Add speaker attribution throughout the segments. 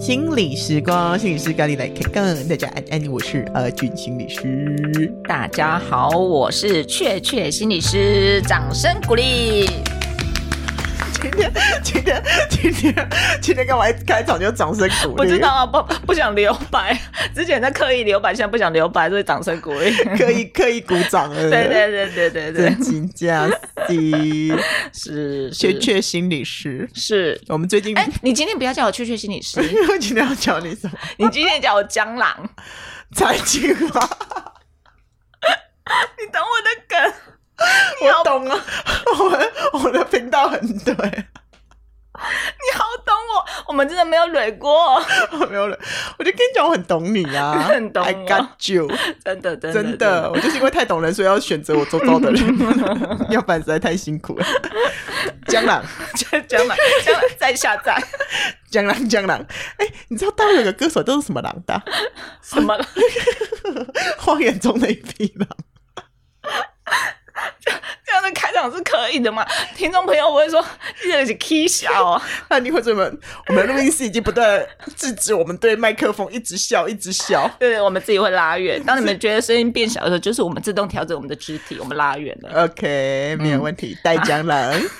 Speaker 1: 心理时光，心理师咖喱来开杠。大家安安，我是阿俊心理师。
Speaker 2: 大家好，我是雀雀心理师，掌声鼓励。
Speaker 1: 今天，今天，今天，今天干嘛一开场就掌声鼓励？
Speaker 2: 不知道啊，不不想留白，之前在刻意留白，现在不想留白，所以掌声鼓励。
Speaker 1: 刻意刻意鼓掌了。
Speaker 2: 对对对对对对，
Speaker 1: 真金加西，
Speaker 2: 是
Speaker 1: 雀
Speaker 2: 是
Speaker 1: 雀心理师。
Speaker 2: 是。
Speaker 1: 我们最近，
Speaker 2: 哎、你今天不要叫我雀雀心理师，
Speaker 1: 我 今天要教你什么？
Speaker 2: 你今天叫我江郎，
Speaker 1: 财经 吗？
Speaker 2: 你懂我的梗。你好
Speaker 1: 我，懂啊， 我们我的频道很对，
Speaker 2: 你好懂我，我们真的没有蕊过，
Speaker 1: 我没有人，我就跟你讲，我很懂你啊，
Speaker 2: 很懂我
Speaker 1: I got you。
Speaker 2: 真的真的
Speaker 1: 真的，，我就是因为太懂人，所以要选择我周遭的 人，要不然实在太辛苦了。江郎，
Speaker 2: 真的江郎江郎再下载
Speaker 1: 江郎，江郎，哎、你知道大陆有个歌手叫做什么郎的啊？
Speaker 2: 什么了？
Speaker 1: 荒原中的一匹狼。
Speaker 2: 这样的开场是可以的吗？听众朋友，我会说这是 K 小 哦，
Speaker 1: 那你会这么？我们的录音师已经不断地制止我们对麦克风一直笑，一直笑。
Speaker 2: 对，我们自己会拉远。当你们觉得声音变小的时候，就是我们自动调整我们的肢体，我们拉远 了。
Speaker 1: OK，没有问题。带江郎，
Speaker 2: 嗯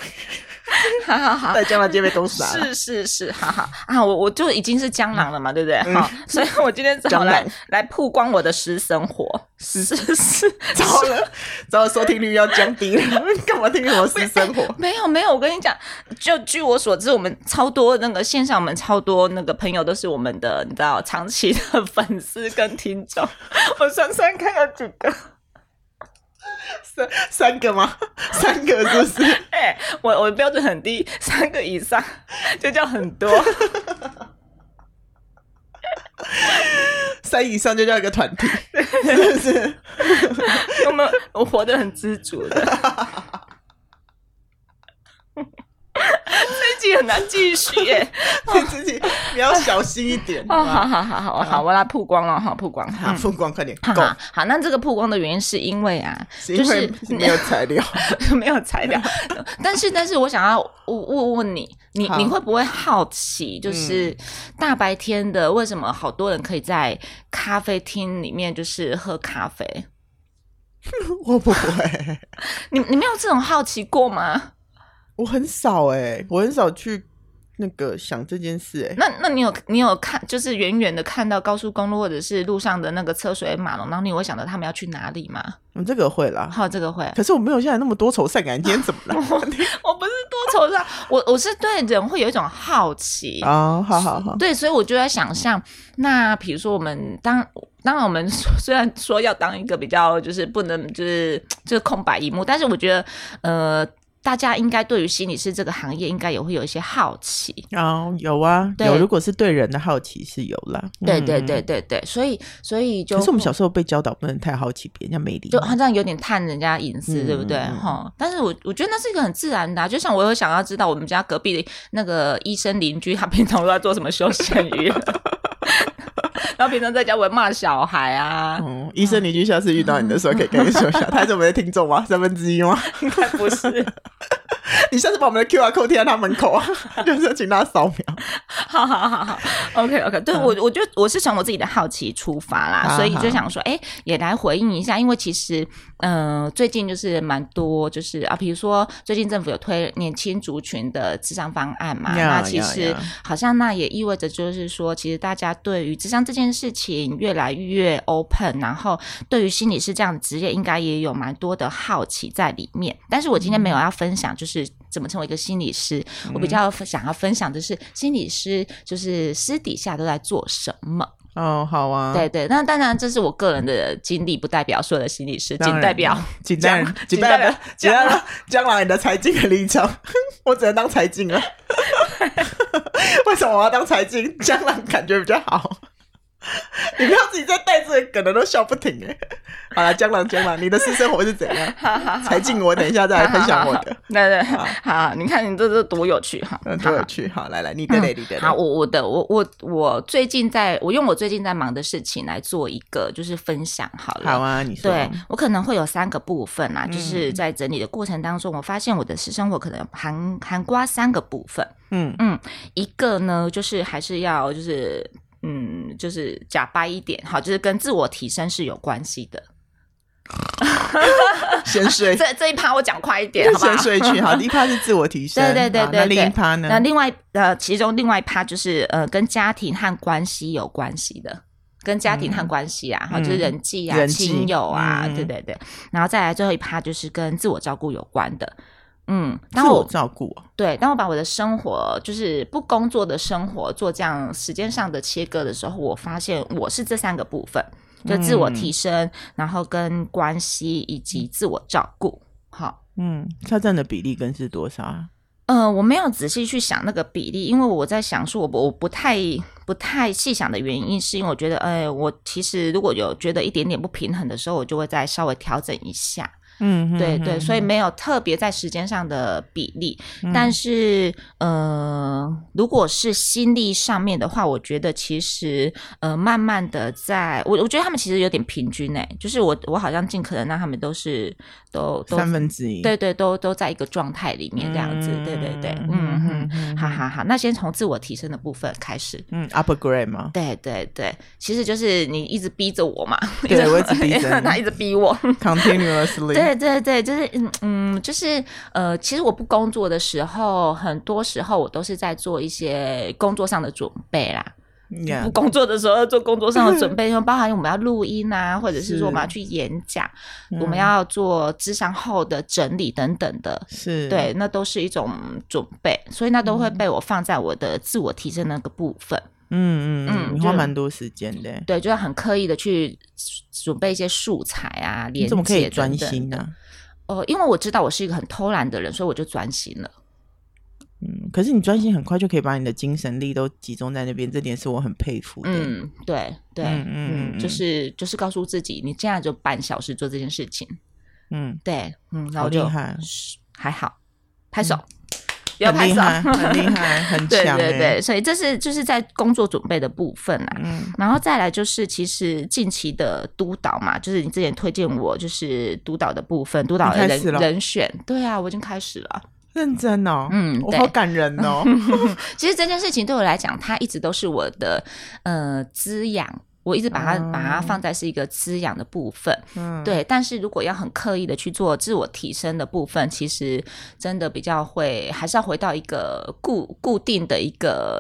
Speaker 2: 好好好。
Speaker 1: 带江郎今天被冻傻了。
Speaker 2: 是是是，哈哈啊！我我就已经是江郎了嘛，对不对？好，所以我今天正
Speaker 1: 嗯
Speaker 2: 好
Speaker 1: 江
Speaker 2: 来
Speaker 1: 郎
Speaker 2: 来曝光我的私生活， 是是是，
Speaker 1: 糟了，糟了，收听率要降低 了。干嘛听我私生活？
Speaker 2: 没有没有，我跟你讲，就据我所知，我们超多那个线上，我们超多那个朋友都是我们的，你知道，长期的粉丝跟听众。 我算算看有几个，
Speaker 1: 三三个吗？三个是不是？
Speaker 2: 哎、我我的标准很低，三个以上就叫很 多。
Speaker 1: 三以上就叫一个团 体，是不是？
Speaker 2: 我们我活得很知足的。 这一集很难继续哎耶、
Speaker 1: 你自己你要小心一点。
Speaker 2: 哦，好
Speaker 1: 好
Speaker 2: 好好好好，我来曝光了，好曝光，
Speaker 1: 吧，
Speaker 2: 好
Speaker 1: 好，。风光快点
Speaker 2: 好
Speaker 1: 够，
Speaker 2: 好好，那这个曝光的原因是因为啊，
Speaker 1: 是
Speaker 2: 就
Speaker 1: 因为
Speaker 2: 是
Speaker 1: 没有材 料。
Speaker 2: 没有材料。 但是，但是我想要问问问你，你
Speaker 1: 好
Speaker 2: 你会不会好嗯奇，就是大白天的，为什么好多人可以在咖啡厅里面就是喝咖啡？
Speaker 1: 我不会，
Speaker 2: 你你没有这种好奇过吗？
Speaker 1: 我很少哎，我很少去那个想这件事哎。
Speaker 2: 那那你有你有看，就是远远的看到高速公路或者是路上的那个车水马龙，然后你会想到他们要去哪里吗？
Speaker 1: 我这个会啦，
Speaker 2: 还有这个会。
Speaker 1: 可是我没有现在那么多愁善感，你今天怎么 了？
Speaker 2: 我不是多愁善， 我我是对人会有一种好奇
Speaker 1: 啊，好好好，
Speaker 2: 对，所以我就在想象，那比如说我们当当然我们 说虽然说要当一个比较就是不能就是就是空白一幕，但是我觉得呃，大家应该对于心理师这个行业应该也会有一些好奇。
Speaker 1: 啊，有啊，
Speaker 2: 对
Speaker 1: 有。如果是对人的好奇是有啦，
Speaker 2: 对
Speaker 1: 嗯
Speaker 2: 对对。对对，所以所以就
Speaker 1: 可是我们小时候被教导不能太好奇别人家没礼
Speaker 2: 就
Speaker 1: 貌，
Speaker 2: 好像有点探人家隐私，
Speaker 1: 嗯
Speaker 2: 对不对？
Speaker 1: 嗯嗯
Speaker 2: 哈、但是我我觉得那是一个很自然的、啊，就像我有想要知道我们家隔壁的那个医生邻居，他平常都在做什么休闲娱乐， 然后平常在家会骂小孩啊，
Speaker 1: 嗯，医生邻居下次遇到你 的时候可以跟你说一下，他是我们的听众吗？三分之一吗？
Speaker 2: 应该不是。
Speaker 1: 你下次把我们的 QR code 贴在他门口啊，就是请他扫描。
Speaker 2: 好好好好，OK OK，对、我我就我是从我自己的嗯好奇出发啦，
Speaker 1: 好
Speaker 2: 所以就想说，哎、也来回应一下，因为其实，嗯、最近就是蛮多，就是啊，比如说最近政府有推年轻族群的智商方案嘛
Speaker 1: Yeah,
Speaker 2: 那其
Speaker 1: yeah,
Speaker 2: 实
Speaker 1: yeah.
Speaker 2: 好像那也意味着就是说，其实大家对于智商这件事情越来越 open，然后对于心理师这样的职业，应该也有蛮多的好奇在里面。但是我今天
Speaker 1: 嗯
Speaker 2: 没有要分享，就是怎么成为一个心理师，我比较想要分享的是心理师就是私底下都在做什么。
Speaker 1: 哦，好啊，
Speaker 2: 对对，那当然这是我个人的经历，不代表所有的心理师，
Speaker 1: 当然，
Speaker 2: 仅代表
Speaker 1: 仅代表，
Speaker 2: 仅
Speaker 1: 仅
Speaker 2: 代
Speaker 1: 代
Speaker 2: 表
Speaker 1: 表，仅代表将来你的财经的立场， 我只能当财 经了。为什么我要当财经？江郎感觉比较好。你不要自己再带这个梗了，都笑不停哎。好了，江郎江郎，你的私生活是怎样？
Speaker 2: 好好好
Speaker 1: 才进我，等一下再来分享我的，
Speaker 2: 对对，
Speaker 1: 好
Speaker 2: 好，你看你这这多有趣哈，
Speaker 1: 嗯，
Speaker 2: 好嗯
Speaker 1: 多有趣。好，来来，你的嘞，你的嘞。
Speaker 2: 好，我我的我我我最近在我用我最近在忙的事情来做一个就是分享好了。
Speaker 1: 好啊，你说。
Speaker 2: 对我可能会有三个部分啦，就是
Speaker 1: 嗯
Speaker 2: 在整理的过程当中，我发现我的私生活可能含含瓜三个部分。
Speaker 1: 嗯，
Speaker 2: 一个呢，就是还是要就是嗯，就是假掰一点，好，就是跟自我提升是有关系的。
Speaker 1: 先睡，
Speaker 2: 这这一趴我讲快一点，好不好？
Speaker 1: 先睡去。好，第一趴是自我提升，
Speaker 2: 对对对
Speaker 1: 好那
Speaker 2: 对
Speaker 1: 另一
Speaker 2: 对
Speaker 1: 趴呢？
Speaker 2: 那另外呃，其中另外一趴就是呃，跟家庭和关系有关系的，跟家庭和关系啊，哈、就是
Speaker 1: 嗯
Speaker 2: 人际啊、
Speaker 1: 人际
Speaker 2: 亲友啊，
Speaker 1: 嗯
Speaker 2: 对对对。然后再来最后一趴就是跟自我照顾有关的。嗯，
Speaker 1: 自
Speaker 2: 当
Speaker 1: 我
Speaker 2: 我
Speaker 1: 照顾哦，
Speaker 2: 对当我把我的生活就是不工作的生活做这样时间上的切割的时候，我发现我是这三个部分，就自
Speaker 1: 嗯
Speaker 2: 我提升，然后跟关系以及自我照顾。好，
Speaker 1: 嗯，它占的比例跟是多少啊？
Speaker 2: 呃，我没有仔细去想那个比例，因为我在想说我不，我不太不太细想的原因，是因为我觉得，哎，我其实如果有觉得一点点不平衡的时候，我就会再稍微调整一下。
Speaker 1: 嗯，
Speaker 2: 对
Speaker 1: 嗯
Speaker 2: 对，
Speaker 1: 嗯
Speaker 2: 所以没有特别在时间上的比例，
Speaker 1: 嗯
Speaker 2: 但是呃，如果是心力上面的话，我觉得其实呃，慢慢的在，我我觉得他们其实有点平均诶、就是我我好像尽可能让他们都是都都
Speaker 1: 三分之一，
Speaker 2: 对对，都都在一个状态里面这样子，对对对，嗯哼，
Speaker 1: 嗯
Speaker 2: 好好好，那先从自我提升的部分开始。
Speaker 1: 嗯，upgrade 吗？
Speaker 2: 对对对，其实就是你一直逼着我嘛，
Speaker 1: 对
Speaker 2: 一直
Speaker 1: 我一直逼着你
Speaker 2: 他一直逼我，
Speaker 1: continuously，
Speaker 2: 对对对，就是嗯嗯，就是呃，其实我不工作的时候，很多时候我都是在做一些工作上的准备啦，不
Speaker 1: ，yeah，
Speaker 2: 工作的时候要做工作 上的准备，因为包含我们要录音啊，或者是说我们要去演讲，我
Speaker 1: 嗯
Speaker 2: 们要做智商后的整理等等的，
Speaker 1: 是，
Speaker 2: 对，，那都是一种准备，所以那都会被我放在我的自我提升那个部分。
Speaker 1: 嗯嗯嗯，
Speaker 2: 嗯
Speaker 1: 你花
Speaker 2: 就
Speaker 1: 蛮多时间的，
Speaker 2: 对，就要很刻意的去准备一些素材啊，连
Speaker 1: 你怎么可以
Speaker 2: 接
Speaker 1: 专
Speaker 2: 等等
Speaker 1: 心啊
Speaker 2: 的
Speaker 1: 呢？
Speaker 2: 哦，因为我知道我是一个很偷懒的人，所以我就专心了。
Speaker 1: 嗯，可是你专心很快就可以把你的精神力都集中在那边，这点是我很佩服的。
Speaker 2: 嗯，对对，
Speaker 1: 嗯嗯
Speaker 2: 嗯，
Speaker 1: 嗯
Speaker 2: 就是就是告诉自己，你这样就半小时做这件事情。
Speaker 1: 嗯，
Speaker 2: 对，嗯，
Speaker 1: 好
Speaker 2: 然后就
Speaker 1: 厉害嗯
Speaker 2: 嘘还好，拍手，不要
Speaker 1: 很
Speaker 2: 拍
Speaker 1: 厉
Speaker 2: 手，
Speaker 1: 害， 很厉害，很
Speaker 2: 对
Speaker 1: 强。欸
Speaker 2: 对对，，所以这是就是在工作准备的部分啊。
Speaker 1: 嗯
Speaker 2: 然后再来就是，其实近期的督导嘛，就是你之前推荐我，就是督导的部分，督导的
Speaker 1: 你开
Speaker 2: 人
Speaker 1: 始了
Speaker 2: 人选，对啊，我已经开始了。
Speaker 1: 认真哦，
Speaker 2: 嗯
Speaker 1: 我
Speaker 2: 对
Speaker 1: 好感人哦。
Speaker 2: 其实这件事情对我来讲，它一直都是我的呃滋养，我一直把它、
Speaker 1: 哦
Speaker 2: 把它放在是一个滋养的部分。
Speaker 1: 嗯，
Speaker 2: 对，但是如果要很刻意的去做自我提升的部分，其实真的比较会，还是要回到一个固固定的一个。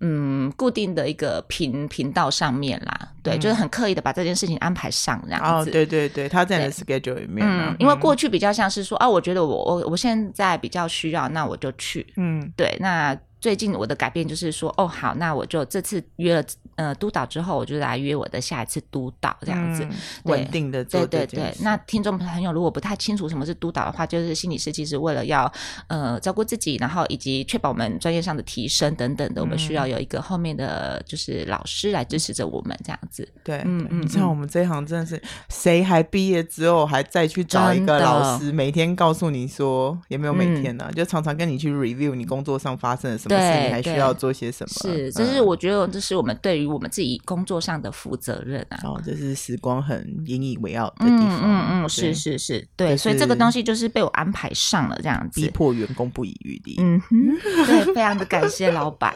Speaker 2: 嗯，固定的一个频频道上面啦，对，就是很刻意的把这件事情安排上这样
Speaker 1: 嗯哦，
Speaker 2: 子。
Speaker 1: 对对对，他在你的 schedule 里面啊
Speaker 2: 嗯，，因为过去比较像是说，啊，我觉得我我我现在比较需要，那我就去。
Speaker 1: 嗯
Speaker 2: 对，那最近我的改变就是说，哦，好，那我就这次约了呃督导之后，我就来约我的下一次督导这样子。
Speaker 1: 嗯稳定的做
Speaker 2: 对
Speaker 1: 这
Speaker 2: 对
Speaker 1: 件
Speaker 2: 对，
Speaker 1: 事。
Speaker 2: 那听众朋友如果不太清楚什么是督导的话，就是心理师其实为了要呃照顾自己，然后以及确保我们专业上的提升等等的，我们需
Speaker 1: 嗯
Speaker 2: 要有一个后面的就是老师来支持着我们这样子。
Speaker 1: 对，
Speaker 2: 嗯
Speaker 1: 对
Speaker 2: 嗯
Speaker 1: 你知道
Speaker 2: 嗯
Speaker 1: 我们这一行真的是，谁还毕业之后还再去找一
Speaker 2: 真
Speaker 1: 个
Speaker 2: 的
Speaker 1: 老师，每天告诉你说，也没有每
Speaker 2: 嗯
Speaker 1: 天呢、就常常跟你去 review 你工作上发生了什么事，
Speaker 2: 对
Speaker 1: 你还需
Speaker 2: 对
Speaker 1: 要做些什么。
Speaker 2: 是，这
Speaker 1: 嗯
Speaker 2: 是我觉得这是我们对于我们自己工作上的负责任啊。
Speaker 1: 哦，这是时光很引以为傲的地
Speaker 2: 嗯
Speaker 1: 方。
Speaker 2: 嗯嗯，
Speaker 1: 对
Speaker 2: 是是是，
Speaker 1: 就
Speaker 2: 对，所以这个
Speaker 1: 是
Speaker 2: 东西就是被我安排上了这样子，
Speaker 1: 逼迫员工不遗余力。
Speaker 2: 嗯哼，对，非常的感谢老板。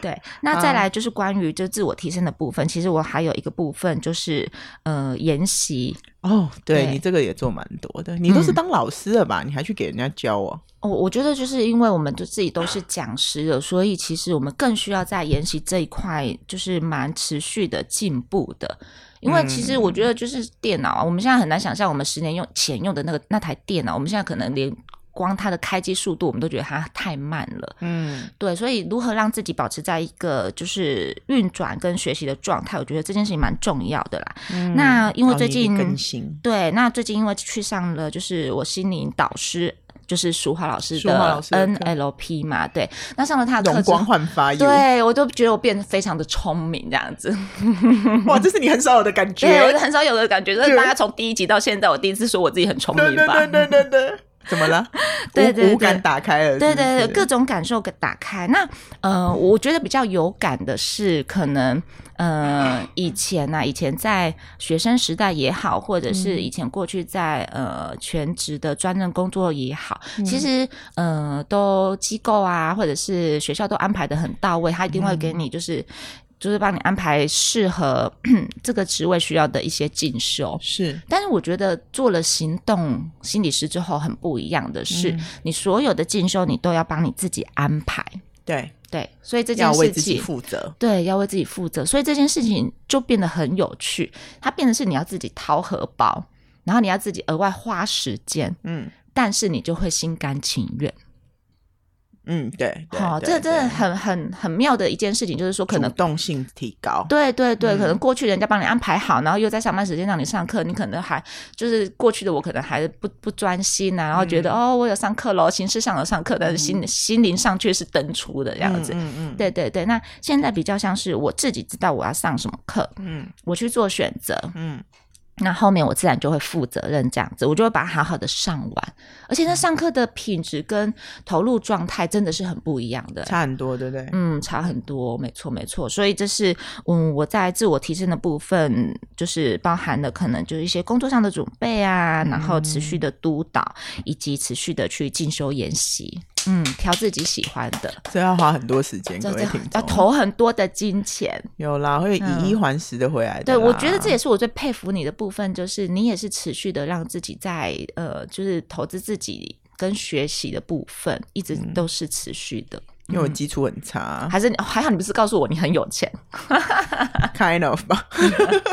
Speaker 2: 对，那再
Speaker 1: 啊
Speaker 2: 来就是关于就自我提升的部分，其实我还有一个部分就是呃研习。
Speaker 1: 哦，对
Speaker 2: 对
Speaker 1: 你这个也做蛮多的，你都是
Speaker 2: 嗯
Speaker 1: 当老师了吧？你还去给人家教哦？
Speaker 2: 我我觉得就是因为我们就自己都是讲师了，所以其实我们更需要在研习这一块就是蛮持续的进步的。因为其实我觉得就是电脑啊，我们现在很难想象我们十年用前用的那个那台电脑，我们现在可能连光它的开机速度，我们都觉得它太慢了。
Speaker 1: 嗯，
Speaker 2: 对，所以如何让自己保持在一个就是运转跟学习的状态，我觉得这件事情蛮重要的啦。那因为
Speaker 1: 哦
Speaker 2: 最
Speaker 1: 你得
Speaker 2: 近
Speaker 1: 更新，
Speaker 2: 对，那最近因为去上了就是我心灵导师。就是舒华老师
Speaker 1: 舒华老
Speaker 2: 的
Speaker 1: 师的课
Speaker 2: NLP 嘛，对。那上了他的课
Speaker 1: 容
Speaker 2: 之
Speaker 1: 光
Speaker 2: 后，
Speaker 1: 焕发油，
Speaker 2: 对我都觉得我变得非常的聪明这样子。
Speaker 1: 哇，这是你很少有的感觉。
Speaker 2: 对，我很少有的感觉，就是
Speaker 1: 对
Speaker 2: 大家从第一集到现在，我第一次说我自己很聪明
Speaker 1: 对
Speaker 2: 吧。
Speaker 1: 对对对对，怎么了？
Speaker 2: 对
Speaker 1: 五
Speaker 2: 对对
Speaker 1: 五感打开了，
Speaker 2: 对对
Speaker 1: 是不
Speaker 2: 对，
Speaker 1: 是
Speaker 2: 各种感受给打开。那呃，我觉得比较有感的是，可能呃，以前呐、以前在学生时代也好，或者是
Speaker 1: 嗯
Speaker 2: 以前过去在呃全职的专任工作也好，
Speaker 1: 嗯
Speaker 2: 其实呃，都机构啊，或者是学校都安排的很到位，他一定会
Speaker 1: 嗯
Speaker 2: 给你就是。就是帮你安排适合 这个职位需要的一些进修，
Speaker 1: 是
Speaker 2: 但是我觉得做了行动心理师之后，很不一样的是，
Speaker 1: 嗯
Speaker 2: 你所有的进修你都要帮你自己安排，
Speaker 1: 对，
Speaker 2: 对，所以这件
Speaker 1: 要为
Speaker 2: 事
Speaker 1: 自己
Speaker 2: 情。
Speaker 1: 负责。
Speaker 2: 对，要为自己负责，所以这件事情就变得很有趣。它变得是你要自己掏荷包，然后你要自己额外花时间，
Speaker 1: 嗯
Speaker 2: 但是你就会心甘情愿。
Speaker 1: 嗯，对，对
Speaker 2: 好、
Speaker 1: 对
Speaker 2: 这真的
Speaker 1: 对
Speaker 2: 很很很妙的一件事情，就是说可能
Speaker 1: 主动性提高，
Speaker 2: 对对对，可
Speaker 1: 嗯
Speaker 2: 能过去人家帮你安排好，然后又在上班时间让你上课，你可能还就是过去的我可能还不不专心啊，然后觉得、
Speaker 1: 嗯
Speaker 2: 哦我有上课喽，形式上有上课，但是心、心灵上却是登出的这
Speaker 1: 这
Speaker 2: 样子。
Speaker 1: 嗯嗯，嗯，
Speaker 2: 对对对，那现在比较像是我自己知道我要上什么课，
Speaker 1: 嗯
Speaker 2: 我去做选择，
Speaker 1: 嗯，
Speaker 2: 那后面我自然就会负责任这样子，我就会把它好好的上完，
Speaker 1: 嗯
Speaker 2: 而且那上课的品质跟投入状态真的是很不一样的。
Speaker 1: 差很多，对不对？
Speaker 2: 嗯，差很多，没错没错。所以这是嗯，我在自我提升的部分，就是包含了可能就是一些工作上的准备啊，然后持
Speaker 1: 嗯
Speaker 2: 续的督导，以及持续的去进修研习，嗯，挑自己喜欢的，
Speaker 1: 这要花很多时间，哎各
Speaker 2: 这
Speaker 1: 位
Speaker 2: 这
Speaker 1: 听
Speaker 2: 要
Speaker 1: 众
Speaker 2: 投很多的金钱。
Speaker 1: 有啦，会以一还十的回来的。
Speaker 2: 对，我觉得这也是我最佩服你的部分，就是你也是持续的让自己在呃，就是投资自己跟学习的部分，一直
Speaker 1: 嗯
Speaker 2: 都是持续的。
Speaker 1: 因为我基础很差
Speaker 2: 还是你哦还好，你不是告诉我你很有钱。
Speaker 1: ，kind of 吧。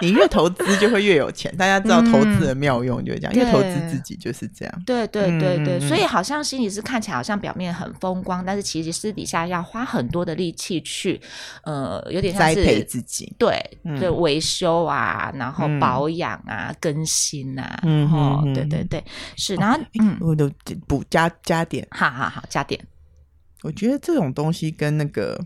Speaker 1: 你越投资就会越有钱，大家知道投资的妙用就是这样，
Speaker 2: 嗯
Speaker 1: 越投资
Speaker 2: 对
Speaker 1: 自己就是这样。
Speaker 2: 对对对对，
Speaker 1: 嗯
Speaker 2: 所以好像心理师看起来好像表面很风光，但是其实私底下要花很多的力气去，呃，有点像
Speaker 1: 栽
Speaker 2: 是
Speaker 1: 培自己，
Speaker 2: 对
Speaker 1: 嗯
Speaker 2: 对维修啊，然后
Speaker 1: 嗯
Speaker 2: 保养啊、更新啊，
Speaker 1: 嗯哼
Speaker 2: 哦，
Speaker 1: 嗯
Speaker 2: 对
Speaker 1: 哼哦哎
Speaker 2: 对对，是，然后嗯，
Speaker 1: 我都补加加点。
Speaker 2: 好好好，加点，
Speaker 1: 我觉得这种东西跟那个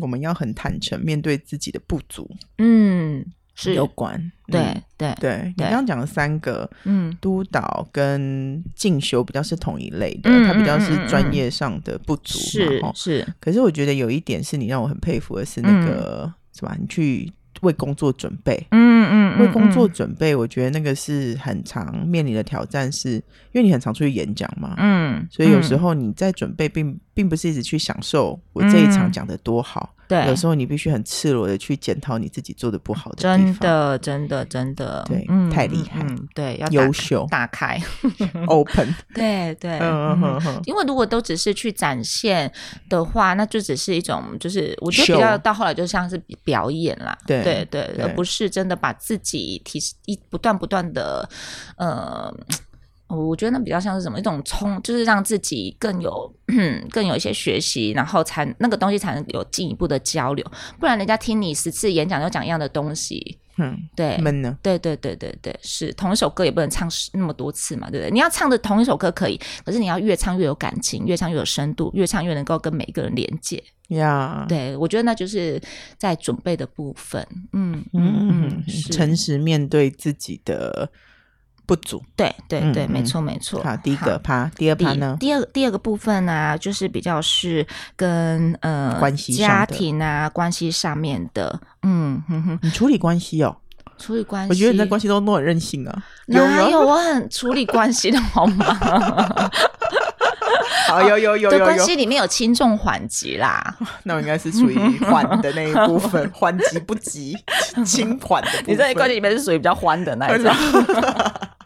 Speaker 1: 我们要很坦诚面对自己的不足
Speaker 2: 嗯，是
Speaker 1: 有关。嗯
Speaker 2: 对对，
Speaker 1: 对你
Speaker 2: 对
Speaker 1: 刚刚讲的三个
Speaker 2: 嗯
Speaker 1: 督导跟进修比较是同一类的，
Speaker 2: 嗯
Speaker 1: 它比较是
Speaker 2: 嗯嗯嗯
Speaker 1: 专业上的不足嘛。
Speaker 2: 是
Speaker 1: 齁
Speaker 2: 是，
Speaker 1: 可是我觉得有一点是你让我很佩服的是那个、
Speaker 2: 嗯
Speaker 1: 是吧？你去为工作准备。
Speaker 2: 嗯嗯，
Speaker 1: 为工作
Speaker 2: 嗯，
Speaker 1: 准备，我觉得那个是很常面临的挑战是，因为你很常出去演讲嘛，
Speaker 2: 嗯，
Speaker 1: 所以有时
Speaker 2: 候
Speaker 1: 候你在准备并，并不是一直去享受我这一场
Speaker 2: 嗯
Speaker 1: 讲的多好，
Speaker 2: 对，
Speaker 1: 有时候你必须很赤裸的去检讨你自己做的不好的地
Speaker 2: 真
Speaker 1: 方。
Speaker 2: 的真的真的，
Speaker 1: 对
Speaker 2: 嗯
Speaker 1: 太厉害
Speaker 2: 嗯，嗯对，要打
Speaker 1: 优 秀
Speaker 2: 打开，
Speaker 1: ，open，
Speaker 2: 对对，
Speaker 1: 嗯
Speaker 2: 嗯
Speaker 1: 嗯嗯
Speaker 2: 因为如果都只是去展现的话，那就只是一种，就是我觉得比
Speaker 1: Show
Speaker 2: 较到后来就像是表演啦，
Speaker 1: 对
Speaker 2: 对对，
Speaker 1: 对
Speaker 2: 而不是真的把自己提一不断不断的，呃，我觉得那比较像是什么一种冲，就是让自己更有 更有一些学习，然后才那个东西才能有进一步的交流，不然人家听你十次演讲就讲一样的东西，
Speaker 1: 嗯，
Speaker 2: 对，
Speaker 1: 闷呢，
Speaker 2: 对对对对对，是同一首歌也不能唱十那么多次嘛，对不对？你要唱的同一首歌可以，可是你要越唱越有感情，越唱越有深度，越唱越能够跟每一个人连接。
Speaker 1: 呀，
Speaker 2: 对我觉得那就是在准备的部分，嗯
Speaker 1: 嗯，嗯，
Speaker 2: 是，
Speaker 1: 诚实面对自己的不足。
Speaker 2: 对对对，
Speaker 1: 嗯
Speaker 2: 没错没错。
Speaker 1: 好，第一个趴，第二
Speaker 2: 第
Speaker 1: 趴呢？
Speaker 2: 第二第二个部分呢、就是比较是跟呃
Speaker 1: 关系上
Speaker 2: 家
Speaker 1: 的
Speaker 2: 庭啊关系上面的，嗯哼哼，
Speaker 1: 你处理关系哦，
Speaker 2: 处理关系。
Speaker 1: 我觉得你在关系中都很任性啊，
Speaker 2: 哪
Speaker 1: 有
Speaker 2: 有我很处理关系的好吗？
Speaker 1: 好有有有
Speaker 2: 对，
Speaker 1: 有
Speaker 2: 关
Speaker 1: 有，
Speaker 2: 系里面有轻重缓急啦。
Speaker 1: 那我应该是属于缓的那一部分，缓急不及，轻缓的部分。
Speaker 2: 你在关系里面是属于比较欢的那一种，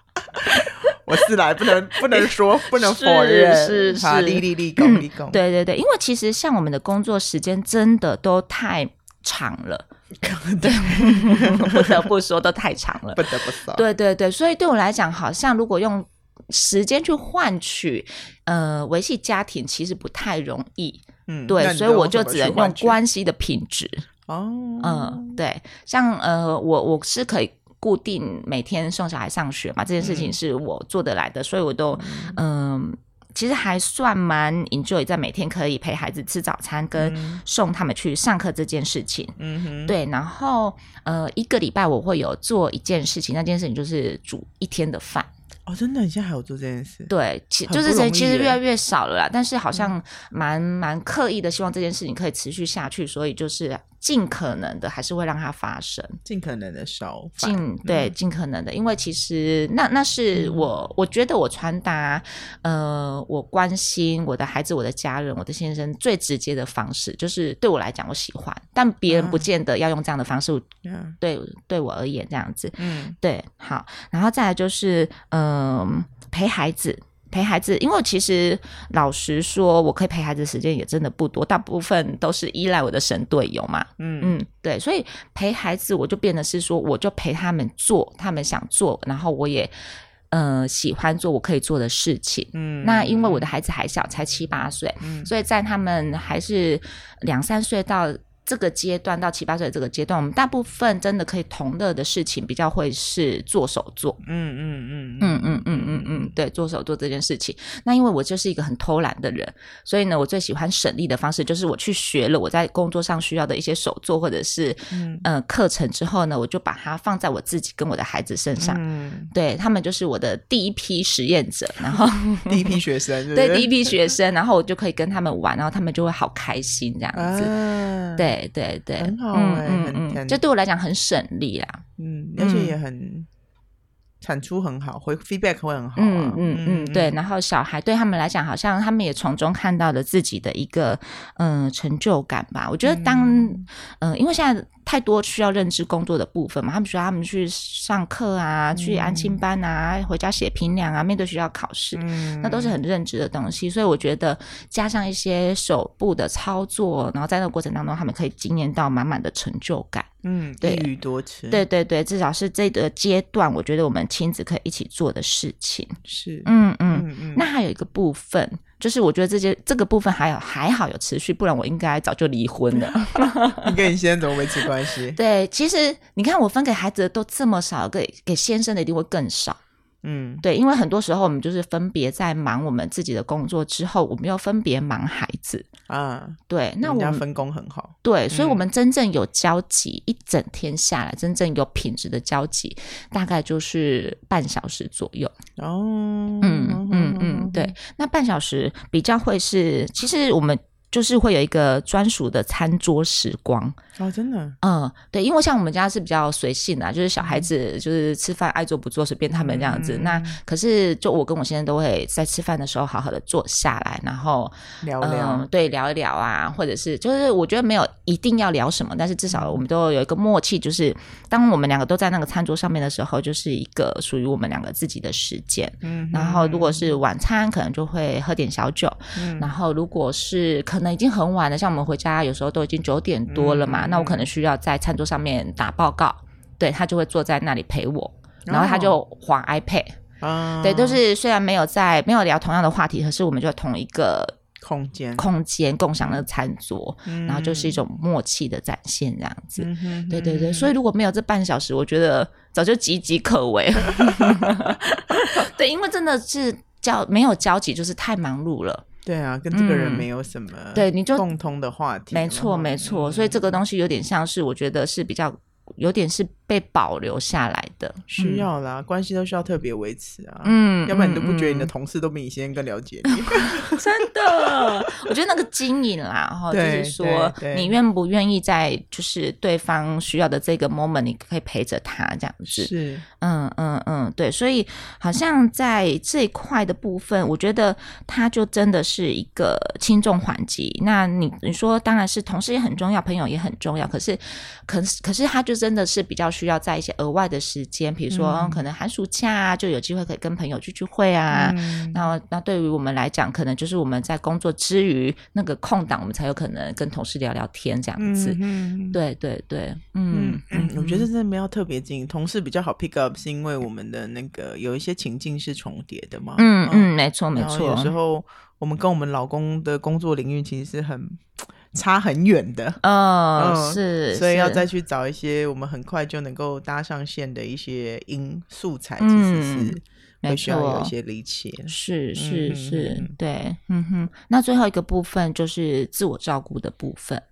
Speaker 1: 我是来不能不能 说不能
Speaker 2: 是
Speaker 1: 否认，
Speaker 2: 是
Speaker 1: 好
Speaker 2: 是
Speaker 1: 立立立功立功，，
Speaker 2: 对对对，因为其实像我们的工作时间真的都太长了， 对，不得不说都太长了
Speaker 1: 不。得不说，
Speaker 2: 对对对，所以对我来讲，好像如果用时间去换取呃维系家庭，其实不太容易。
Speaker 1: 嗯，那
Speaker 2: 对，
Speaker 1: 你
Speaker 2: 所以
Speaker 1: 用
Speaker 2: 我
Speaker 1: 什
Speaker 2: 就
Speaker 1: 么
Speaker 2: 只
Speaker 1: 去
Speaker 2: 能
Speaker 1: 换
Speaker 2: 用
Speaker 1: 取
Speaker 2: 关系的品质。
Speaker 1: 哦，
Speaker 2: 嗯，对，像呃，我我是可以固定每天送小孩上学嘛，这件
Speaker 1: 嗯
Speaker 2: 事情是我做得来的，所以我都嗯。其实还算蛮 enjoy 在每天可以陪孩子吃早餐跟
Speaker 1: 嗯
Speaker 2: 送他们去上课这件事情。
Speaker 1: 嗯哼，
Speaker 2: 对，然后呃，一个礼拜我会有做一件事情，那件事情就是煮一天的饭。
Speaker 1: 哦，真的，你现在还有做这件事？
Speaker 2: 对，其
Speaker 1: 很
Speaker 2: 就是
Speaker 1: 不容易
Speaker 2: 其实
Speaker 1: 耶嗯
Speaker 2: 越来越少了啦，但是好像蛮蛮刻意的，希望这件事情可以持续下去，所以就是尽可能的还是会让它发生。
Speaker 1: 尽可能的少饭
Speaker 2: 尽对
Speaker 1: 嗯
Speaker 2: 尽可能的，因为其实那那是我我觉得我传达呃我关心我的孩子、我的家人、我的先生最直接的方式，就是对我来讲我喜欢，但别人不
Speaker 1: 嗯
Speaker 2: 见得要用这样的方式
Speaker 1: 嗯
Speaker 2: 对对我而言这样子。
Speaker 1: 嗯
Speaker 2: 对，好，然后再来就是，嗯、陪孩子，陪孩子，因为其实老实说，我可以陪孩子的时间也真的不多，大部分都是依赖我的神队友嘛，
Speaker 1: 嗯
Speaker 2: 嗯，对，所以陪孩子，我就变得是说，我就陪他们做他们想做，然后我也，呃，喜欢做我可以做的事情。
Speaker 1: 嗯
Speaker 2: 那因为我的孩子还小，才七八岁，
Speaker 1: 嗯
Speaker 2: 所以在他们还是两三岁到这个阶段到七八岁这个阶段，我们大部分真的可以同乐的事情，比较会是做手做。
Speaker 1: 嗯嗯
Speaker 2: 嗯嗯嗯嗯嗯，对，做手做这件事情。那因为我就是一个很偷懒的人，所以呢，我最喜欢省力的方式就是我去学了我在工作上需要的一些手做或者是
Speaker 1: 嗯
Speaker 2: 呃课程之后呢，我就把它放在我自己跟我的孩子身上。
Speaker 1: 嗯，
Speaker 2: 对他们就是我的第一批实验者，然后
Speaker 1: 第一批学生，不
Speaker 2: 对第一批学生，然后我就可以跟他们玩，然后他们就会好开心这样子。
Speaker 1: 啊，，
Speaker 2: 对对对，
Speaker 1: 很好
Speaker 2: 嗯
Speaker 1: 欸
Speaker 2: 嗯
Speaker 1: 很
Speaker 2: 嗯
Speaker 1: 很
Speaker 2: 这对我来讲很省力啦。
Speaker 1: 嗯，而且
Speaker 2: 嗯
Speaker 1: 也很产出很好，回 feedback 会很好
Speaker 2: 嗯
Speaker 1: 啊，
Speaker 2: 嗯嗯，对。，然后小孩对他们来讲，好像他们也从中看到了自己的一个嗯、呃成就感吧。我觉得当嗯、呃因为现在太多需要认知工作的部分嘛，他们需要他们去上课啊，去安亲班啊，回家写评量啊，面对学校考试。
Speaker 1: 嗯
Speaker 2: 那都是很认知的东西，所以我觉得加上一些手部的操作，然后在那个过程当中，他们可以经验到满满的成就感。
Speaker 1: 嗯，
Speaker 2: 对
Speaker 1: 一鱼多吃，
Speaker 2: 对，对对，至少是这个阶段，我觉得我们亲子可以一起做的事情。
Speaker 1: 是，
Speaker 2: 嗯嗯，
Speaker 1: 嗯
Speaker 2: 那还有一个部分，就是我觉得这些这个部分还有还好有持续，不然我应该早就离婚 了。
Speaker 1: 你跟你先生怎么维持关系？
Speaker 2: 对，其实你看我分给孩子的都这么少，给给先生的一定会更少。
Speaker 1: 嗯
Speaker 2: 对，因为很多时候我们就是分别在忙我们自己的工作之后，我们又分别忙孩子。
Speaker 1: 啊，
Speaker 2: 对，那
Speaker 1: 人
Speaker 2: 我
Speaker 1: 家
Speaker 2: 们
Speaker 1: 分工很好，
Speaker 2: 对，所以
Speaker 1: 嗯
Speaker 2: 我们真正有交集，一整天下来，真正有品质的交集，大概就是半小时左右。
Speaker 1: 哦，
Speaker 2: 嗯嗯嗯，对，那半小时比较会是，其实我们就是会有一个专属的餐桌时光。
Speaker 1: 哦，真的，
Speaker 2: 嗯，对，因为像我们家是比较随性的啊、就是小孩子就是吃饭爱做不做，随便他们这样子。
Speaker 1: 嗯
Speaker 2: 那可是就我跟我先生都会在吃饭的时候好好的坐下来，然后
Speaker 1: 聊
Speaker 2: 嗯
Speaker 1: 聊，，
Speaker 2: 对，聊一聊啊，或者是就是我觉得没有一定要聊什么，但是至少我们都有一个默契，就是当我们两个都在那个餐桌上面的时候，就是一个属于我们两个自己的时间。
Speaker 1: 嗯
Speaker 2: 然后如果是晚餐，可能就会喝点小酒。
Speaker 1: 嗯
Speaker 2: 然后如果是可能已经很晚了，像我们回家有时候都已经九点多了嘛，
Speaker 1: 嗯
Speaker 2: 那我可能需要在餐桌上面打报告，对他就会坐在那里陪我。然后他
Speaker 1: 哦
Speaker 2: 就划 iPad，、
Speaker 1: 啊，
Speaker 2: 对，都是虽然没有在没有聊同样的话题，可是我们就同一个
Speaker 1: 空间，
Speaker 2: 空间共享那个餐桌，
Speaker 1: 然
Speaker 2: 然后就是一，种默契的展现这样子。
Speaker 1: 嗯哼
Speaker 2: 对对对，
Speaker 1: 哼
Speaker 2: 所以如果没有这半小时，我觉得早就岌岌可危。 对，因为真的是交没有交集，就是太忙碌了。
Speaker 1: 对啊，跟这个人
Speaker 2: 嗯
Speaker 1: 没有什么
Speaker 2: 对你就
Speaker 1: 共通的话题了哈，
Speaker 2: 没错没错，所以
Speaker 1: 嗯
Speaker 2: 这个东西有点像是我觉得是比较有点是被保留下来的，嗯
Speaker 1: 需要啦，关系都需要特别维持啊，
Speaker 2: 嗯，嗯
Speaker 1: 要不然你都不觉得你的
Speaker 2: 嗯
Speaker 1: 同事都比你先生更了 解你。
Speaker 2: 嗯真的，我觉得那个经营啦，哈，就
Speaker 1: 对
Speaker 2: 是说
Speaker 1: 对对
Speaker 2: 你愿不愿意在就是对方需要的这个 moment，你可以陪着他这样子，
Speaker 1: 是，
Speaker 2: 嗯嗯嗯，对，所以好像在这一块的部分，我觉得它就真的是一个轻重缓急。那你你说，当然是同事也很重要，朋友也很重要，可是，可是可是，他就真的是比较需要在一些额外的时间，比如说、
Speaker 1: 嗯
Speaker 2: 可能寒暑假啊，就有机会可以跟朋友去聚会啊。
Speaker 1: 嗯
Speaker 2: 那那对于我们来讲，可能就是我们在工作之余那个空档，我们才有可能跟同事聊聊天这样子。
Speaker 1: 嗯，
Speaker 2: 对对对，
Speaker 1: 嗯
Speaker 2: 嗯，
Speaker 1: 嗯，我觉得真的要特别近，同事比较好 pick up，是因为我们的那个有一些情境是重叠的嘛。
Speaker 2: 嗯嗯，没错没
Speaker 1: 然后
Speaker 2: 错，
Speaker 1: 有时候我们跟我们老公的工作领域其实是很差很远的，
Speaker 2: 嗯，
Speaker 1: 嗯
Speaker 2: 是，
Speaker 1: 所以要
Speaker 2: 是
Speaker 1: 再去找一些我们很快就能够搭上线的一些音素材，其实是
Speaker 2: 嗯没
Speaker 1: 会需要有一
Speaker 2: 错
Speaker 1: 些理解。
Speaker 2: 是
Speaker 1: 嗯
Speaker 2: 是
Speaker 1: 嗯嗯
Speaker 2: 是
Speaker 1: 嗯，
Speaker 2: 对，嗯哼。那最后一个部分就是自我照顾的部分，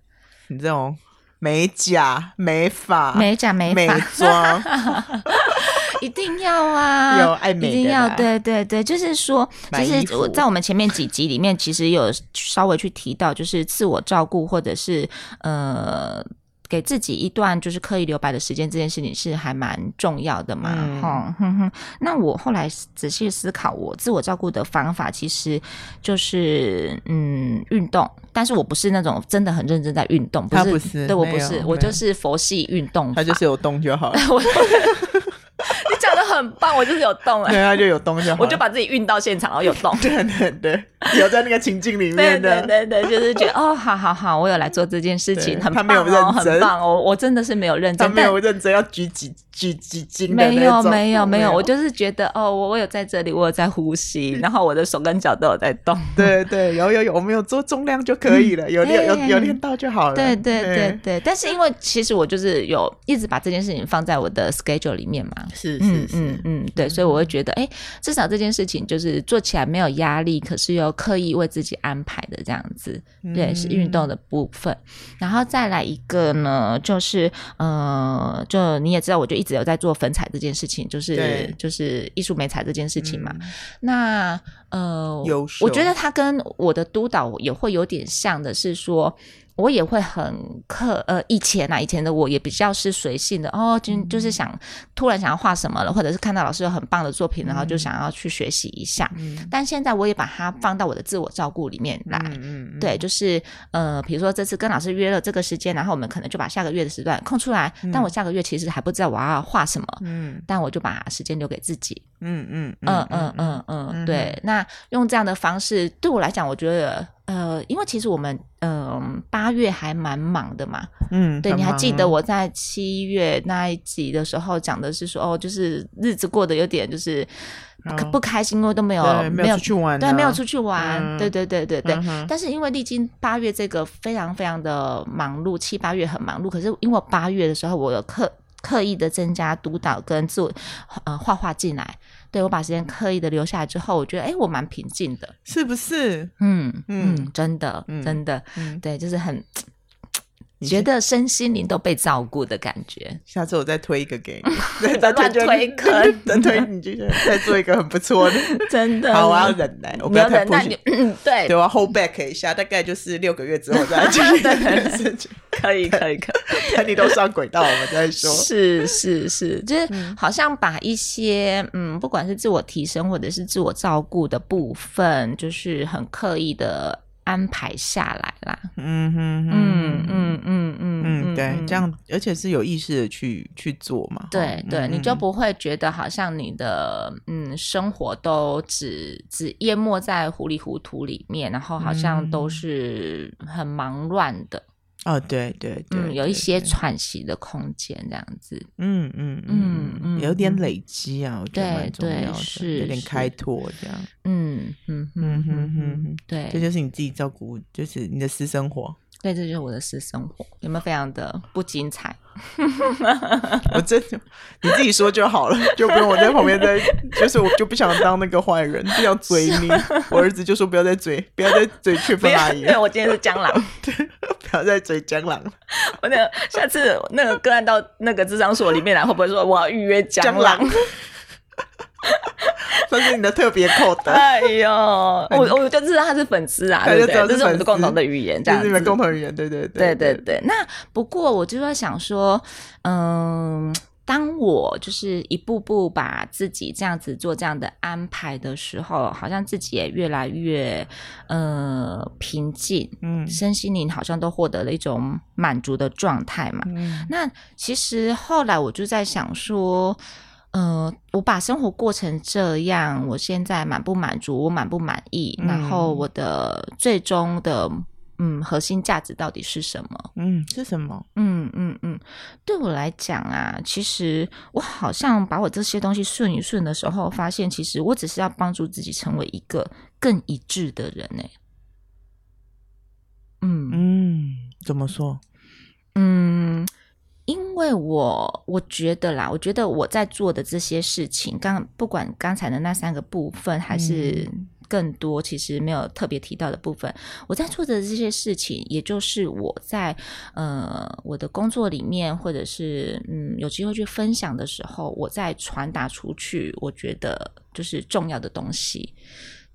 Speaker 1: 你这种美甲、美发、
Speaker 2: 美甲美
Speaker 1: 美
Speaker 2: 发
Speaker 1: 妆，
Speaker 2: 一定要啊，
Speaker 1: 有爱美的
Speaker 2: 一定要
Speaker 1: 啦，
Speaker 2: 对对对，就是说，
Speaker 1: 买
Speaker 2: 就
Speaker 1: 衣
Speaker 2: 是
Speaker 1: 服
Speaker 2: 我在我们前面几集里面，其实有稍微去提到，就是自我照顾或者是呃。给自己一段就是刻意留白的时间，这件事情是还蛮重要的嘛，
Speaker 1: 嗯
Speaker 2: 哈、哼哼。那我后来仔细思考，我自我照顾的方法其实就是嗯运动，但是我不是那种真的很认真在运动，不
Speaker 1: 他
Speaker 2: 是，
Speaker 1: 不是
Speaker 2: 对我
Speaker 1: 没
Speaker 2: 不
Speaker 1: 有
Speaker 2: 是，
Speaker 1: 没
Speaker 2: 我就
Speaker 1: 有
Speaker 2: 是佛系运动法，
Speaker 1: 他就是有动就好了，
Speaker 2: 我， 你讲的很棒，我就是有动 哎、
Speaker 1: 对，他就有动就好了，。
Speaker 2: 我就把自己运到现场，然后有动
Speaker 1: 对对对，有在那个情境里
Speaker 2: 对
Speaker 1: 面
Speaker 2: 对
Speaker 1: 的，
Speaker 2: 对对，就是觉得哦，好好好，我有来做这件事情，
Speaker 1: 对
Speaker 2: 很
Speaker 1: 他
Speaker 2: 棒
Speaker 1: 没有
Speaker 2: 哦，
Speaker 1: 认真
Speaker 2: 很棒哦，我真的是没有认
Speaker 1: 他
Speaker 2: 真，
Speaker 1: 没
Speaker 2: 但
Speaker 1: 有认真要举几举几斤的
Speaker 2: 没有
Speaker 1: 那种，
Speaker 2: 没有没有，我就是觉得哦，我我有在这里，我有在呼吸，然后我的手跟脚都有在 动。
Speaker 1: 对对，有有有，我们有做重量就可以了，有练有
Speaker 2: 对
Speaker 1: 有练到就好了。
Speaker 2: 对对对
Speaker 1: 嗯，
Speaker 2: 对，但是因为其实我就是有一直把这件事情放在我的 schedule 里面嘛，
Speaker 1: 是
Speaker 2: 嗯
Speaker 1: 是
Speaker 2: 嗯
Speaker 1: 是，
Speaker 2: 嗯，对，所以我会觉得，哎、至少这件事情就是做起来没有压力，可是又刻意为自己安排的这样子，嗯对，
Speaker 1: 嗯
Speaker 2: 是运动的部分。然后再来一个呢，就是呃，就你也知道，我就一直有在做粉彩这件事情，就是
Speaker 1: 对
Speaker 2: 就是艺术美彩这件事情嘛。
Speaker 1: 嗯
Speaker 2: 那呃
Speaker 1: 优，
Speaker 2: 我觉
Speaker 1: 秀
Speaker 2: 得它跟我的督导也会有点像的是说。我也会很刻，呃，以前啊，以前的我也比较是随性的，哦，就
Speaker 1: 嗯
Speaker 2: 就是想突然想要画什么了，或者是看到老师有很棒的作品，然后就想要去学习一下。
Speaker 1: 嗯
Speaker 2: 但现在我也把它放到我的自我照顾里面来。
Speaker 1: 嗯嗯，
Speaker 2: 对，就是呃，比如说这次跟老师约了这个时间，然后我们可能就把下个月的时段空出来。但我下个月其实还不知道我要画什么，
Speaker 1: 嗯
Speaker 2: 但我就把时间留给自己。
Speaker 1: 嗯嗯
Speaker 2: 嗯嗯嗯嗯，对。那用这样的方式，对我来讲，我觉得呃，因为其实我们嗯八、月还蛮忙的嘛，
Speaker 1: 嗯，
Speaker 2: 对，
Speaker 1: 很
Speaker 2: 你还记得
Speaker 1: 忙
Speaker 2: 我在七月那一集的时候讲的是说，哦，就是日子过得有点就是
Speaker 1: 哦
Speaker 2: 不不开心，因为都没有
Speaker 1: 对没
Speaker 2: 呃没
Speaker 1: 有
Speaker 2: 有
Speaker 1: 出去玩啊，
Speaker 2: 对，没有出去玩，
Speaker 1: 嗯
Speaker 2: 对对对对对。
Speaker 1: 嗯哼
Speaker 2: 但是因为历经八月这个非常非常的忙碌，七八月很忙碌，可是因为我八月的时候，我有刻刻意的增加督导跟自我呃画画进来，对我把时间刻意的留下来之后，我觉得哎，我蛮平静的，
Speaker 1: 是不是？
Speaker 2: 嗯
Speaker 1: 嗯
Speaker 2: 嗯真的、
Speaker 1: 嗯
Speaker 2: 真的，
Speaker 1: 嗯，
Speaker 2: 对，就是很
Speaker 1: 你
Speaker 2: 觉
Speaker 1: 是
Speaker 2: 得身心灵都被照顾的感觉。
Speaker 1: 下次我再推一个给 你，对，
Speaker 2: 再
Speaker 1: 再
Speaker 2: 推坑
Speaker 1: 再推你就再做一个很不错 的。
Speaker 2: 真的
Speaker 1: 好，我要忍耐，我不
Speaker 2: 你啊要
Speaker 1: 要太
Speaker 2: 嗯忍耐
Speaker 1: push
Speaker 2: 你，嗯对
Speaker 1: 对，，我要 hold back 一下，大概就是六个月之后再 来继续这件事情。
Speaker 2: 可以，可以，可以。
Speaker 1: 等你都上轨道，我们再说。
Speaker 2: 是是是，
Speaker 1: 嗯
Speaker 2: 就是好像把一些嗯，不管是自我提升或者是自我照顾的部分，就是很刻意的安排下来啦。
Speaker 1: 嗯哼
Speaker 2: 嗯嗯嗯嗯
Speaker 1: 嗯，对，这样而且是有意识的去去做嘛。
Speaker 2: 对
Speaker 1: 嗯
Speaker 2: 对，你就
Speaker 1: 嗯
Speaker 2: 不会觉得好像你的嗯生活都只只淹没在糊里糊涂里面，然后好像都
Speaker 1: 嗯
Speaker 2: 是很忙乱的，
Speaker 1: 哦，对对对，
Speaker 2: 嗯，有一
Speaker 1: 对
Speaker 2: 些
Speaker 1: 对
Speaker 2: 喘息的空间这样子。
Speaker 1: 嗯嗯
Speaker 2: 嗯
Speaker 1: 嗯嗯，有点
Speaker 2: 嗯
Speaker 1: 累积啊，我觉得
Speaker 2: 对
Speaker 1: 蛮重
Speaker 2: 对
Speaker 1: 要的，有
Speaker 2: 是
Speaker 1: 点
Speaker 2: 是
Speaker 1: 开拓这样。
Speaker 2: 嗯嗯
Speaker 1: 嗯哼
Speaker 2: 嗯嗯
Speaker 1: 哼
Speaker 2: 嗯，
Speaker 1: 哼，
Speaker 2: 对，
Speaker 1: 这就是你自己照顾，就是你的私生活。
Speaker 2: 对，这就是我的私生活，有没有非常的不精彩？
Speaker 1: 我真的你自己说就好了，就不用我在旁边在，就是我就不想当那个坏人，不想嘴你。我儿子就说不要再嘴，不要再嘴雀
Speaker 2: 啊不
Speaker 1: 芬
Speaker 2: 要，
Speaker 1: 阿姨
Speaker 2: 因为
Speaker 1: 了，
Speaker 2: 我今天是蟑螂，
Speaker 1: 不要再嘴蟑螂了。
Speaker 2: 我那个下次那个个案到那个智商所里面来，会不会说我要预约蟑
Speaker 1: 蟑螂？ 算是你的特别扣的，
Speaker 2: 哎 呦，我我就知道他是粉丝啊，
Speaker 1: 他
Speaker 2: 对
Speaker 1: 就
Speaker 2: 不
Speaker 1: 知
Speaker 2: 对？
Speaker 1: 道是
Speaker 2: 这是我们
Speaker 1: 粉
Speaker 2: 的共
Speaker 1: 丝
Speaker 2: 同的语言，这
Speaker 1: 就
Speaker 2: 样
Speaker 1: 是你们
Speaker 2: 子。
Speaker 1: 共同语言，对对
Speaker 2: 对对
Speaker 1: 对，
Speaker 2: 对，那不过我就在想说，嗯，当我就是一步步把自己这样子做这样的安排的时候，好像自己也越来越呃平静，
Speaker 1: 嗯
Speaker 2: 身心灵好像都获得了一种满足的状态嘛。
Speaker 1: 嗯
Speaker 2: 那其实后来我就在想说，呃，我把生活过成这样，我现在满不满足？我满不满意？
Speaker 1: 嗯
Speaker 2: 然后我的最终的嗯核心价值到底是什么？
Speaker 1: 嗯，是什么？
Speaker 2: 嗯嗯嗯，对我来讲啊，其实我好像把我这些东西顺一顺的时候，发现其实我只是要帮助自己成为一个更一致的人呢、欸嗯
Speaker 1: 嗯，怎么说？
Speaker 2: 嗯，因为我我觉得啦，我觉得我在做的这些事情，刚不管刚才的那三个部分，还是更多其实没有特别提到的部分，我在做的这些事情，也就是我在呃我的工作里面，或者是嗯有机会去分享的时候，我在传达出去，我觉得就是重要的东西。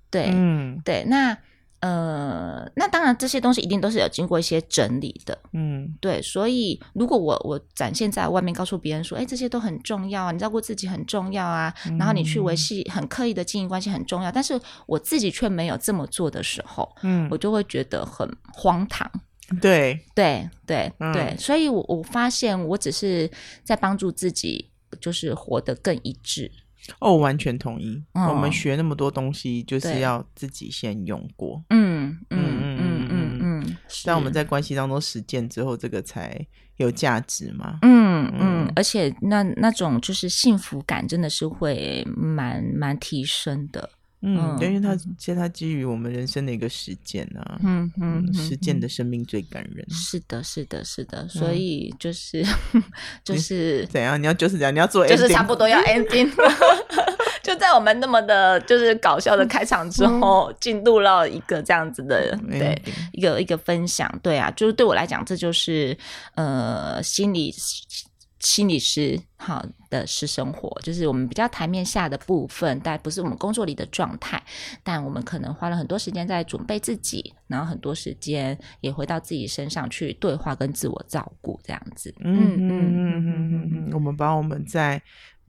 Speaker 2: 对，
Speaker 1: 嗯
Speaker 2: 对，那呃，那当然这些东西一定都是有经过一些整理的，
Speaker 1: 嗯
Speaker 2: 对，所以如果我我展现在外面，告诉别人说，哎，这些都很重要啊，你照顾自己很重要啊，然后你去
Speaker 1: 嗯
Speaker 2: 维系很刻意的经营关系很重要，但是我自己却没有这么做的时候，
Speaker 1: 嗯
Speaker 2: 我，就会觉得很荒唐。
Speaker 1: 对，
Speaker 2: 对对
Speaker 1: 嗯
Speaker 2: 对，所以我我发现我只是在帮助自己，就是活得更一致。
Speaker 1: 哦，我完全同意。
Speaker 2: 嗯
Speaker 1: 我们学那么多东西，就是
Speaker 2: 对
Speaker 1: 要自己先用过，
Speaker 2: 嗯
Speaker 1: 嗯
Speaker 2: 嗯嗯
Speaker 1: 嗯
Speaker 2: 嗯
Speaker 1: 嗯
Speaker 2: 嗯，
Speaker 1: 但我
Speaker 2: 是
Speaker 1: 们在关系当中实践之后，这个才有价值嘛。
Speaker 2: 嗯嗯
Speaker 1: 嗯，
Speaker 2: 而且那那种就是幸福感，真的是会蛮蛮提升的。
Speaker 1: 嗯，
Speaker 2: 嗯
Speaker 1: 因为它其实它基于我们人生的一个实践啊，
Speaker 2: 嗯嗯，
Speaker 1: 嗯，
Speaker 2: 嗯嗯
Speaker 1: 实践的生命最感人。
Speaker 2: 是的，是的，是的，所以就是 就是
Speaker 1: 怎样？你要就是这样，你要做
Speaker 2: 就是
Speaker 1: ending
Speaker 2: 差不多要 ending 了。就在我们那么的，就是搞笑的开场之后，进入到一个这样子的，对，
Speaker 1: ending
Speaker 2: 一个一个分享，对啊，就是对我来讲，这就是呃心理心理师好的私生活，就是我们比较台面下的部分，但不是我们工作里的状态，但我们可能花了很多时间在准备自己，然后很多时间也回到自己身上去对话跟自我照顾这样子，
Speaker 1: 嗯嗯嗯嗯嗯嗯，我们把我们在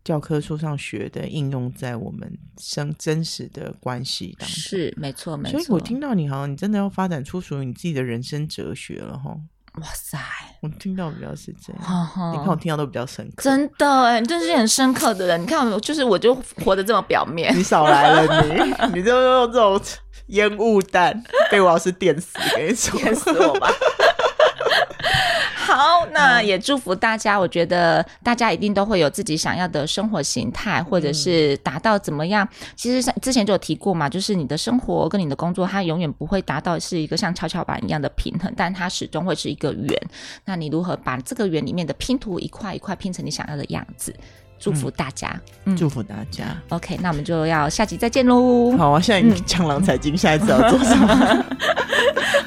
Speaker 1: 教科书上学的应用在我们生真实的关系当中。
Speaker 2: 是没错没错，
Speaker 1: 所以我听到你好像你真的要发展出属于你自己的人生哲学了哈。
Speaker 2: 哇塞，
Speaker 1: 我听到比较是这样，
Speaker 2: 哈哈
Speaker 1: 你看我听到都比较深刻。
Speaker 2: 哦真的哎，你真是很深刻的人。你看，我就是我就活得这么表面，
Speaker 1: 你少来了你，你就用这种烟雾弹被我老师电死，跟你说。
Speaker 2: 骗死我 嗯吧。好，那也祝福大家。我觉得大家一定都会有自己想要的生活形态，或者是达到怎么样。其实像之前就有提过嘛，就是你的生活跟你的工作，它永远不会达到是一个像跷跷板一样的平衡，但它始终会是一个圆。那你如何把这个圆里面的拼图一块一块拼成你想要的样子？祝福大家。
Speaker 1: 祝福大家。
Speaker 2: OK，那我们就要下集再见喽。
Speaker 1: 好啊，现在你江郎才尽，下一次要做什么？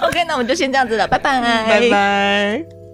Speaker 2: OK，那我们就先这样子了，拜拜，
Speaker 1: 拜拜。